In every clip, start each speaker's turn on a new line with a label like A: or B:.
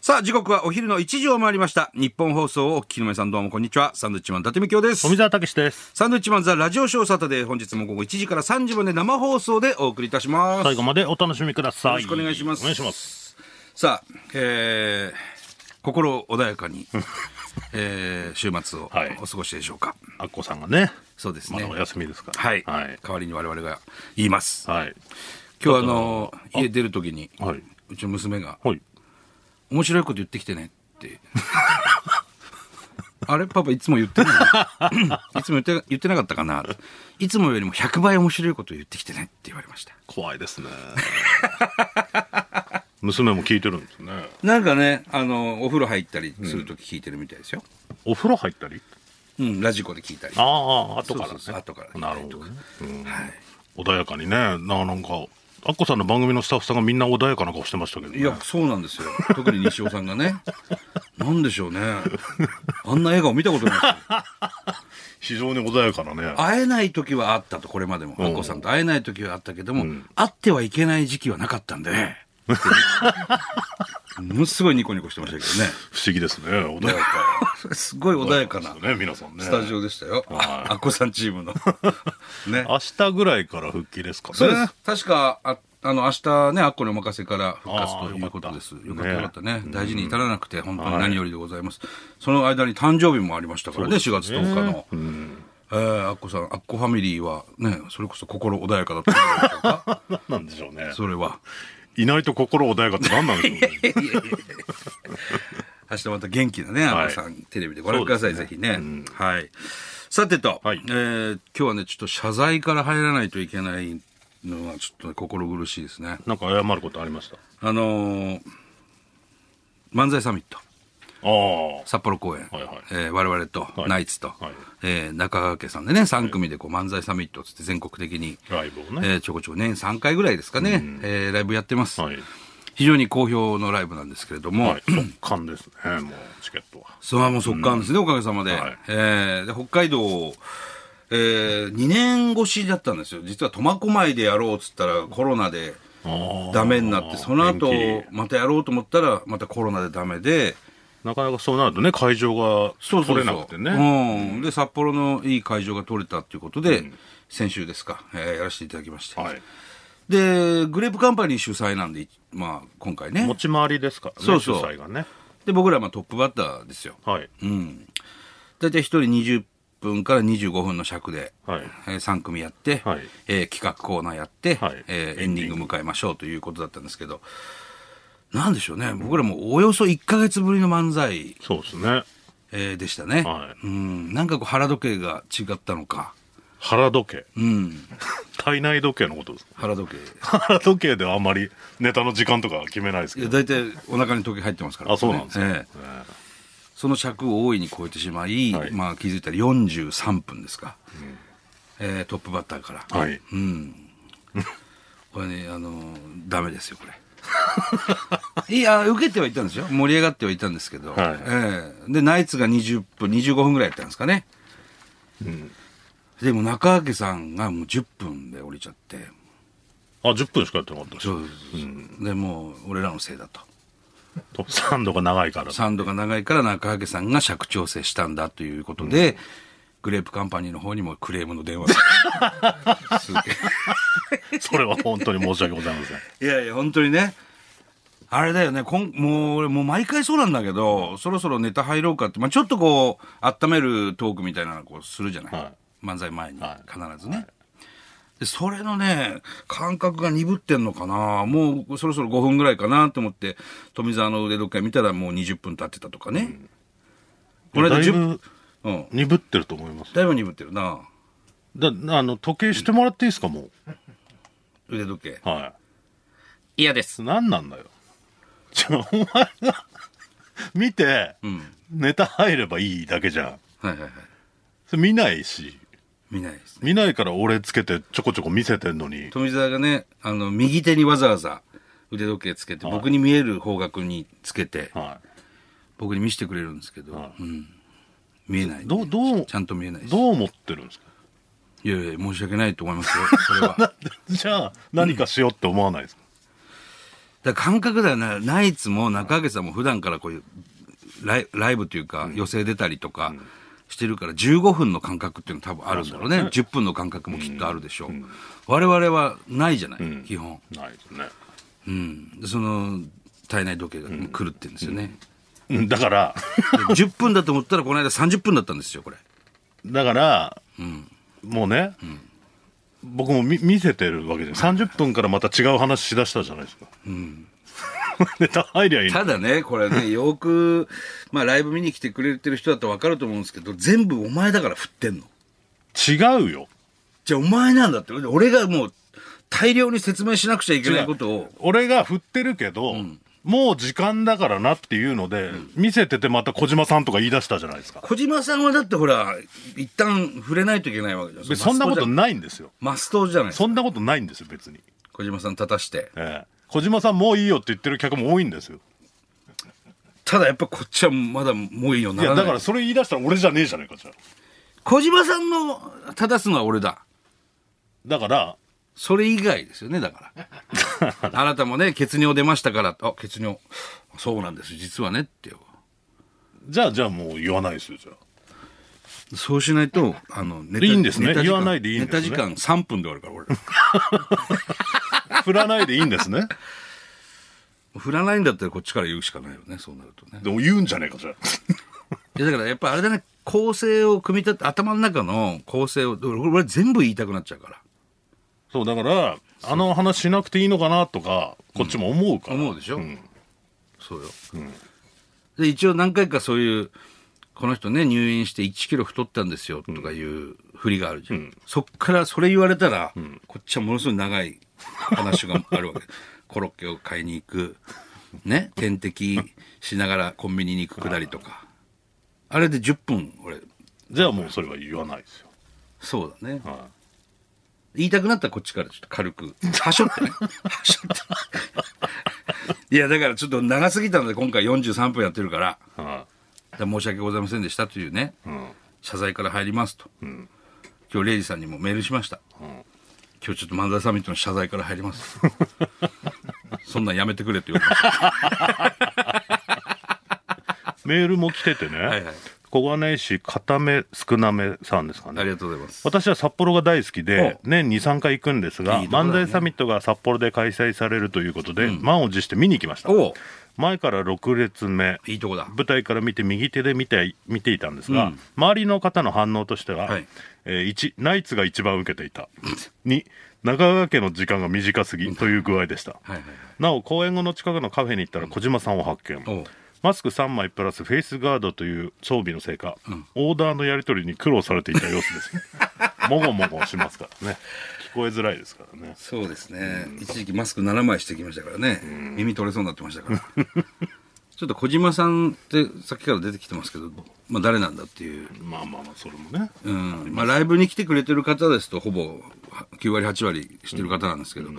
A: さあ、時刻はお昼の1時を回りました。日本放送をお聞きの皆さんどうもこんにちは。サンドウィッチマン伊達美京です。
B: 富澤たけしです。
A: サンドウィッチマンザラジオショーサタデー、本日も午後1時から3時まで生放送でお送りいたします。
B: 最後までお楽しみください。
A: よろしくお願いします。
B: お願いします。
A: さあ、えー心穏やか に、えー週末を
B: はい
A: お過ごしでしょうか。
B: アッコさんがね、
A: そうです
B: ま
A: ね。
B: だお休みですから。
A: はい、
B: はい。
A: 代わりに我々が言います。
B: はい。
A: 今日あの、家出るときに、
B: はい。
A: うちの娘が、
B: はい。
A: 面白いこと言ってきてねって。 あれパパいつも言ってないの いつも言って言ってなかったかないつもよりも100倍面白いこと言ってきてねって言われました。
B: 怖いですね。 娘も聞いてるんですね。
A: なんかね、あの、お風呂入ったりするとき聞いてるみたいですよ。
B: お風呂入ったり
A: うん、ラジコで聞いたり。
B: ああ、
A: そ
B: 後から
A: う
B: ね。
A: そうそう後からね
B: なるほどね。
A: はい
B: うん穏やかにね、ななんか、アッコさんの番組のスタッフさんがみんな穏やかな顔してましたけどね。
A: いや、そうなんですよ。特に西尾さんがね。なんでしょうね。あんな笑顔見たことないですよ。
B: 非常に穏やかなね。
A: 会えない時はあったと、これまでも。
B: ん
A: アッコさんと会えない時はあったけども、会ってはいけない時期はなかったんで ね。ものすごいニコニコしてましたけ
B: 不思議ですね。穏
A: ど
B: や
A: ね
B: か。。
A: すごい穏やかな
B: ですね、皆さんね。
A: スタジオでしたよ。
B: はい
A: アッコさんチー ムの。ね。
B: 明日ぐらいから復帰ですかね。
A: そうです。確か、ああの、明日ね、アッコにお任せから復活
B: あー
A: ということ
B: よか
A: で
B: っ
A: す。
B: た
A: よかった
B: ね
A: よかったね。大事に至らなくて、本当に何よりでございます。その間に誕生日もありましたからね、4月10日の。えー、アッコさん、アッコファミリーはね、それこそ心穏やかだったんじゃないでしょうか
B: 何なんでしょうね。
A: それは。
B: いないと心穏やかって何なんでしょ うね。
A: 明日また元気なね、
B: はい
A: アッコさん、テレビでご覧ください、
B: そう
A: ぜ
B: です
A: ひ
B: ね
A: ね。はい。さてと、
B: はい
A: えー今日はね、ちょっと謝罪から入らないといけないのは、ちょっとね心苦しいですね。
B: なんか謝ることありました。
A: あのー漫才サミット、
B: ああ。
A: 札幌公演、
B: はいはい
A: えー我々と、
B: い
A: ナイツと、
B: はい
A: えー中川家さんでね、3組でこう漫才サミットつって全国的に、
B: ライブをね。
A: えーちょこちょこ年3回ぐらいですかね、えーライブやってます、
B: はい。
A: 非常に好評のライブなんですけれども、
B: はい。速乾ですね、もう、チケットは。
A: それはもう速乾ですね、おかげさまで。
B: はい
A: えーで北海道、え2年越しだったんですよ。実は苫小牧でやろうっつったらコロナで
B: ああ
A: ダメになって、その後またやろうと思ったらまたコロナでダメで、
B: なかなかそうなるとね、会場が
A: そうそうそう
B: 取れなくてね。
A: うん。で、札幌のいい会場が取れたということで、先週ですか、えーやらせていただきまして。
B: はい。
A: で、グレープカンパニー主催なんで、まあ、今回ね
B: 持。ち回りですからね、
A: そうそう
B: 主催がね。
A: で、僕らはまあトップバッターですよ。
B: はい。
A: うん。だいたい1人20分から25分の尺で、
B: はい。
A: え3組やって、
B: はい
A: えー企画コーナーやって、
B: はい
A: えーエンディング迎えましょうということだったんですけど、なんでしょうね。僕らもおよそ1ヶ月ぶりの漫才、
B: そうですね。
A: えーでしたね。
B: は
A: うん。なんかこう腹時計が違ったのか。
B: 腹時計。
A: うん。
B: 体内時計のことです。
A: 腹時計。
B: 腹時計ではあんまりネタの時間とかは決めないです
A: い
B: け
A: や、大
B: ど。
A: 体お腹に時計入ってますから、
B: あ、そうなんです
A: ね
B: ね。
A: ええその尺を大いに超えてしまい、
B: はい
A: まあ気づいたら43分ですか。えートップバッターから。
B: えはい。
A: うん。これね、あのーダメですよ、これ。 いや、受けてはいたんですよ。盛り上がってはいたんですけど。
B: はい
A: ええで、ナイツが20分、25分ぐらいやったんですかね。でも中明さんがもう10分で降りちゃって。
B: あ、10分しかやってなかったです
A: そうです、で、もう俺らのせいだと。
B: とサンドが長いから。
A: サンドが長いから中掛さんが尺調整したんだということで、グレープカンパニーの方にもクレームの電話がすげ
B: それは本当に申し訳ございません。
A: えいやいや、本当にね。あれだよね、こんもう俺もう毎回そうなんだけど、そろそろネタ入ろうかって、まあちょっとこう、温めるトークみたいなのをこうするじゃない、
B: は
A: 漫才前に、
B: はい
A: 必ずね。で、それのね、感覚が鈍ってんのかなもうそろそろ5分ぐらいかなと思って、富澤の腕時計見たらもう20分経ってたとかね。この間
B: だい
A: 10分う
B: ぶ
A: ん。
B: 鈍ってると思います。
A: だいぶ鈍ってるな。
B: だあの時計してもらっていいですかもう
A: 腕時計。
B: は
A: 嫌で
B: い
A: す。
B: 何なんだよじゃあお前が見て、ネタ入ればいいだけじゃん
A: はいはいはい。
B: それ見ないし
A: 見ないです。
B: 見ないから俺つけてちょこちょこ見せてんのに
A: 富澤がね、あの、右手にわざわざ腕時計つけて、僕に見える方角につけて、
B: は
A: 僕に見せてくれるんですけど、
B: は
A: う
B: い
A: ん。見えない、
B: いどうどう
A: ちゃんと見えないし。
B: どう思ってるんですか
A: いやいや、申し訳ないと思いますよ。それは。
B: じゃあ何かしようって思わないですか、
A: だから感覚だよね。ナイツも中揚さんも普段からこういうライライブというか、寄席出たりとかしてるから、15分の感覚っていうの多分あるんだろうね。10分の感覚もきっとあるでしょう。我々はないじゃない、基本。
B: ないですね
A: うん。でその、体内時計が狂ってるんですよね。
B: うんだから
A: で10分だと思ったら、この間30分だったんですよ、これ。
B: だから、もうね、僕も見見せてるわけじゃない30分からまた違う話しだしたじゃないですか、 ネタ入りゃいいの
A: ただね、これ ね、よく、まあ、ライブ見に来てくれてる人だと分かると思うんですけど、全部お前だから振ってんの。
B: 違うよ
A: じゃあお前なんだって。俺がもう、大量に説明しなくちゃいけないことを、
B: 俺が振ってるけど、もう時間だからなっていうので、見せててまた小島さんとか言い出したじゃないですか
A: 小島さんはだってほら、一旦触れないといけないわけじゃん。
B: でそんなこと
A: マストじ
B: ないんですよ
A: ゃマストじゃない。
B: そんなことないんですよ別に、
A: 小島さん立たして。
B: ええ小島さんもういいよって言ってる客も多いんですよ
A: ただやっぱこっちはまだもういいよ
B: い
A: なら
B: や
A: ない。
B: だからそれ言い出したら俺じゃねえじゃねえかじゃあ
A: 小島さんの立たすのは俺だ。
B: だから
A: それ以外ですよね、だ から。あなたもね、血尿出ましたから、あ、血尿。そうなんです、実はねって。
B: じゃあじゃあもう言わないですよじゃあ
A: そうしないと、あの、ネ
B: いいんですね
A: ネタ時間
B: 言わないでいいんですね
A: ネタ時間3分で終わるから、俺ら。
B: 振らないでいいんですね。
A: 振らないんだったらこっちから言うしかないよね、そうなるとね。
B: でも言うんじゃねえか、じゃ
A: いや、だからやっぱあれだね、構成を組み立て、頭の中の構成を、俺俺全部言いたくなっちゃうから。
B: そう、だから、あの話しなくていいのかなとか、こっちも思うから。
A: 思うでしょ、
B: ん
A: そうよ、で、一応何回かそういう、この人ね、入院して1キロ太ったんですよ、とかいう振りがあるじゃん。そっから、それ言われたら、こっちはものすごい長い話があるわ け。コロッケを買いに行く、ね、点滴しながらコンビニに行くくだりとか。あれで10分、俺、
B: じゃあもうそれは言わないですよ。
A: そうだね。
B: は
A: 言いたくなったらこっちからちょっと軽く、はしょってね。はしょって。いや、だからちょっと長すぎたので今回43分やってるから、
B: い。は
A: だから申し訳ございませんでしたというね、
B: い。うん。
A: 謝罪から入りますと。今日、レイジさんにもメールしました。今日ちょっと漫才サミットの謝罪から入ります。そんなんやめてくれって言われました。
B: メールも来ててね。
A: はいはい
B: 小金井市片目少なめさんですか
A: あり
B: ね。
A: がとうございます。
B: 私は札幌が大好きで、年2、3回行くんですが、
A: いいとこだね
B: 漫才サミットが札幌で開催されるということで、満を持して見に行きました。
A: おう
B: 前から6列目、
A: いいとこだ。
B: 舞台から見て右手で見て見ていたんですが、
A: うん
B: 周りの方の反応としては、
A: はい
B: えー1ナイツが一番受けていた2中川家の時間が短すぎという具合でした、
A: はいはいはい。
B: なお公演後の近くのカフェに行ったら小島さんを発見、
A: おう
B: マスク3枚プラスフェイスガードという装備のせいか、オーダーのやり取りに苦労されていた様子です もごもごしますからね聞こえづらいですからね
A: そうですね、一時期マスク7枚してきましたからね、耳取れそうになってましたから ちょっと小島さんってさっきから出てきてますけど、まあ、誰なんだっていう、
B: まあまあまあそれもね
A: うんまあ、ライブに来てくれてる方ですとほぼ9割8割してる方なんですけど、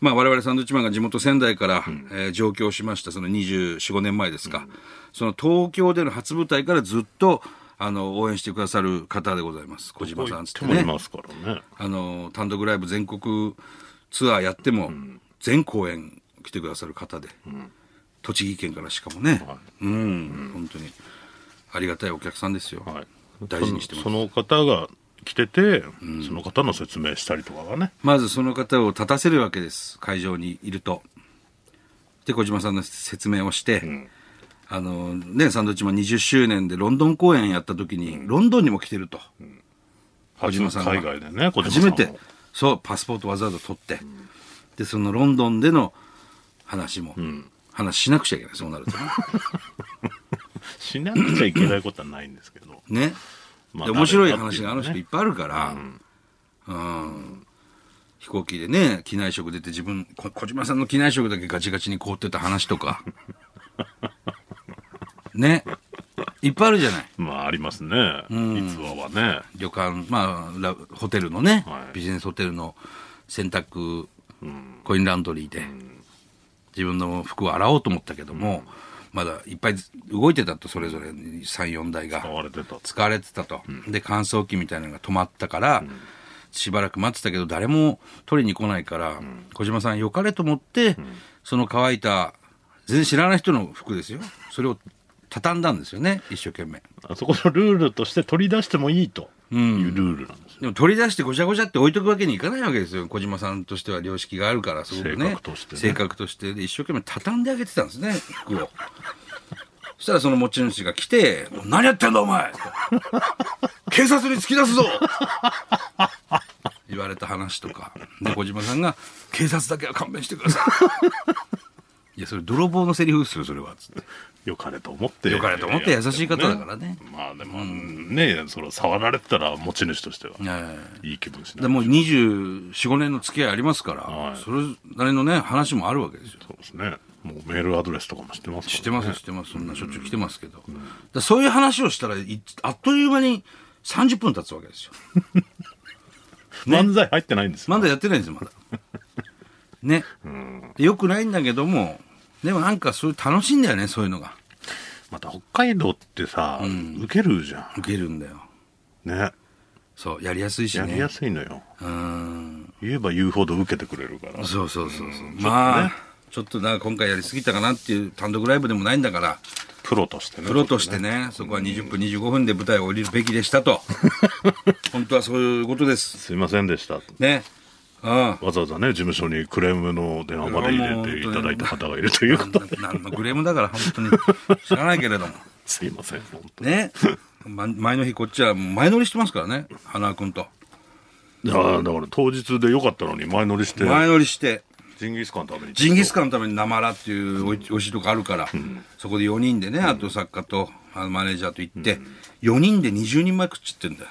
A: まあ、我々サンドウィッチマンが地元仙台から、えー上京しましたその245年前ですか、その東京での初舞台からずっとあの応援してくださる方でございます小 島
B: こう
A: さん
B: 言
A: っ
B: っ
A: つってて
B: も
A: ね
B: い。ますからね
A: あの単独ライブ全国ツアーやっても、全公演来てくださる方で、栃木県からしかもね、
B: は
A: うん、本当にありがたいお客さんですよ、
B: はい、
A: 大事にしてます
B: そのその方が来てて、その方の説明したりとかがね
A: まずその方を立たせるわけです会場にいるとで小島さんの説明をして、あのねサンドウィッチマン20周年でロンドン公演やった時に、ロンドンにも来てると、小島さんが
B: 初海外でね小島さ
A: 初
B: んも
A: めてそうパスポートわざわざ取って、でそのロンドンでの話も、話しなくちゃいけないそうな るとね
B: しなくちゃいけないことはないんですけど
A: ね
B: まあ
A: で面白い
B: 誰だってい
A: 話
B: う
A: があ
B: のね
A: の人いっぱいあるから、うん飛行機でね機内食出て自分こ小島さんの機内食だけガチガチに凍ってた話と かねいっぱいあるじゃない
B: まあありますね、逸話はね
A: 旅館、まあ、ラホテルのね、
B: はい
A: ビジネスホテルの洗濯、コインランドリーで、自分の服を洗おうと思ったけども、まだいっぱい動いてたと、それぞれ3、4台が。
B: 使われてた
A: 使われてたと。で、乾燥機みたいなのが止まったから、しばらく待ってたけど、誰も取りに来ないから、小島さん、よかれと思って、その乾いた、全然知らない人の服ですよ。それを畳んだんですよね、一生懸命。
B: あそこのルールとして取り出してもいいというルールなんですよ。
A: でも取り出してごちゃごちゃって置いとくわけにいかないわけですよ。小島さんとしては良識があるから、すごくね。
B: 性格としてね
A: 性格としてで一生懸命畳んであげてたんですね、服を。 そしたらその持ち主が来て、何やってんだお前警察に突き出すぞ 言われた話とか。で、小島さんが、警察だけは勘弁してください。いや、それ泥棒のセリフですよ、それは。つって
B: よかれと思って。
A: よかれと思って優しい方だからね
B: まあでも、ねその触られてたら持ち主としては、
A: ええ
B: いい気分し
A: で
B: ない。
A: もう24、5年の付き合いありますから、
B: はい
A: それなりのね、話もあるわけですよ。
B: そうですね。もうメールアドレスとかも知ってますからね
A: 知ってます、知ってます。そんなしょっちゅう来てますけど。だからそういう話をしたら、いあっという間に30分経つわけですよ。
B: 漫才入ってないんですよ。
A: まだやってないんですよ、 まだ。ね。よくないんだけども、でもなんかそういう楽しいんだよね、そういうのが。
B: また北海道ってさ、受けるじゃ
A: 受けるんだよ。
B: ん。ね。
A: そう、やりやすいし
B: やり
A: ね
B: や。すいのよ。
A: うん。
B: 言えば言うほど受けてくれるから。
A: そうそうそうそう。まあ、ちょっとなんか今回やりすぎたかなっていう単独ライブでもないんだから、
B: プロとしてね。
A: プロとしてね、そこは20分25分で舞台を降りるべきでしたと。本当はそういうことです。
B: すいませんでした。
A: ね。うん。
B: わざわざね、事務所にクレームの電話まで入れていただいた方がいるということで。
A: 何のクレームだから本当に知らないけれども
B: すいません、本当
A: ね、ま、前の日こっちはもう前乗りしてますからね花輪君と
B: に。ああ、だから当日でよかったのに前乗りして、
A: 前乗りして
B: ジンギスカン食べに行って
A: ジンギスカンのために生ラっていうおいおいしいとこあるから、そこで4人でねあと作家とあのマネージャーと行って、4人で20人前食っちゃってんだよ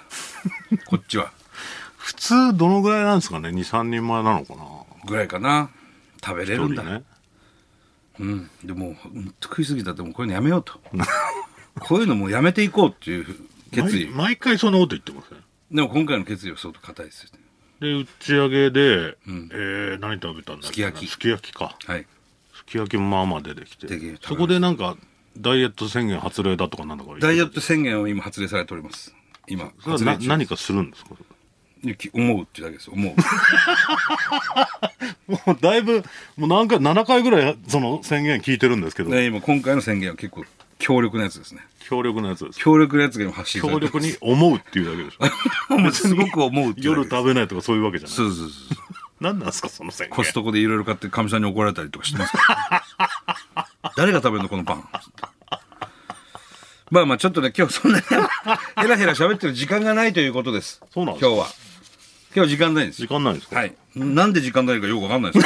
A: こっちは
B: 普通どのぐらいなんですかね ?2、3人前なのかな
A: ぐらいかな食べれるんだ、
B: 一人ね。
A: うん、でもううんと食いすぎたってもうこういうのやめようと こういうのもうやめていこうっていう決意
B: 毎毎回そんなこと言ってますね。
A: でも今回の決意は相当硬いですよね
B: で、打ち上げで、えー、何食べたんだっけ
A: すき焼き
B: すき焼きか。
A: はい
B: すき焼きもまあまあ出てきて
A: できる
B: そこでなんかダイエット宣言発令だとかなんだか
A: ダイエット宣言を今発令されております。今、
B: それは
A: 発令
B: な
A: 中
B: 何かするんですか
A: き思うってだけです。思う。
B: もうだいぶもう何回7回ぐらいその宣言聞いてるんですけど、
A: で今、今回の宣言は結構強力なやつですね。
B: 強力なやつです
A: 強力なやつが今発信され
B: 強
A: てる。
B: 力に思うっていうだけでしょ
A: もうすごく思うっていうだ
B: 夜
A: けです。
B: 食べないとかそういうわけじゃない
A: そうそうそう。
B: 何なんですかその宣言
A: コストコでいろいろ買ってかみさんに怒られたりとかしてますから。誰が食べるのこのパン。まあまあちょっとね、今日そんなにヘラヘラ喋ってる時間がないということです。
B: そうなんです
A: 今日は。今日時間ないんです
B: 時
A: よ。
B: 間ないんですか
A: はい。なんで時間ないかよくわかんないです。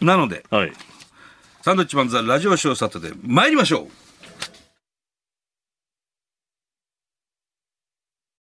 A: なので、
B: はい
A: サンドウィッチマンザラジオショーサタで参りましょう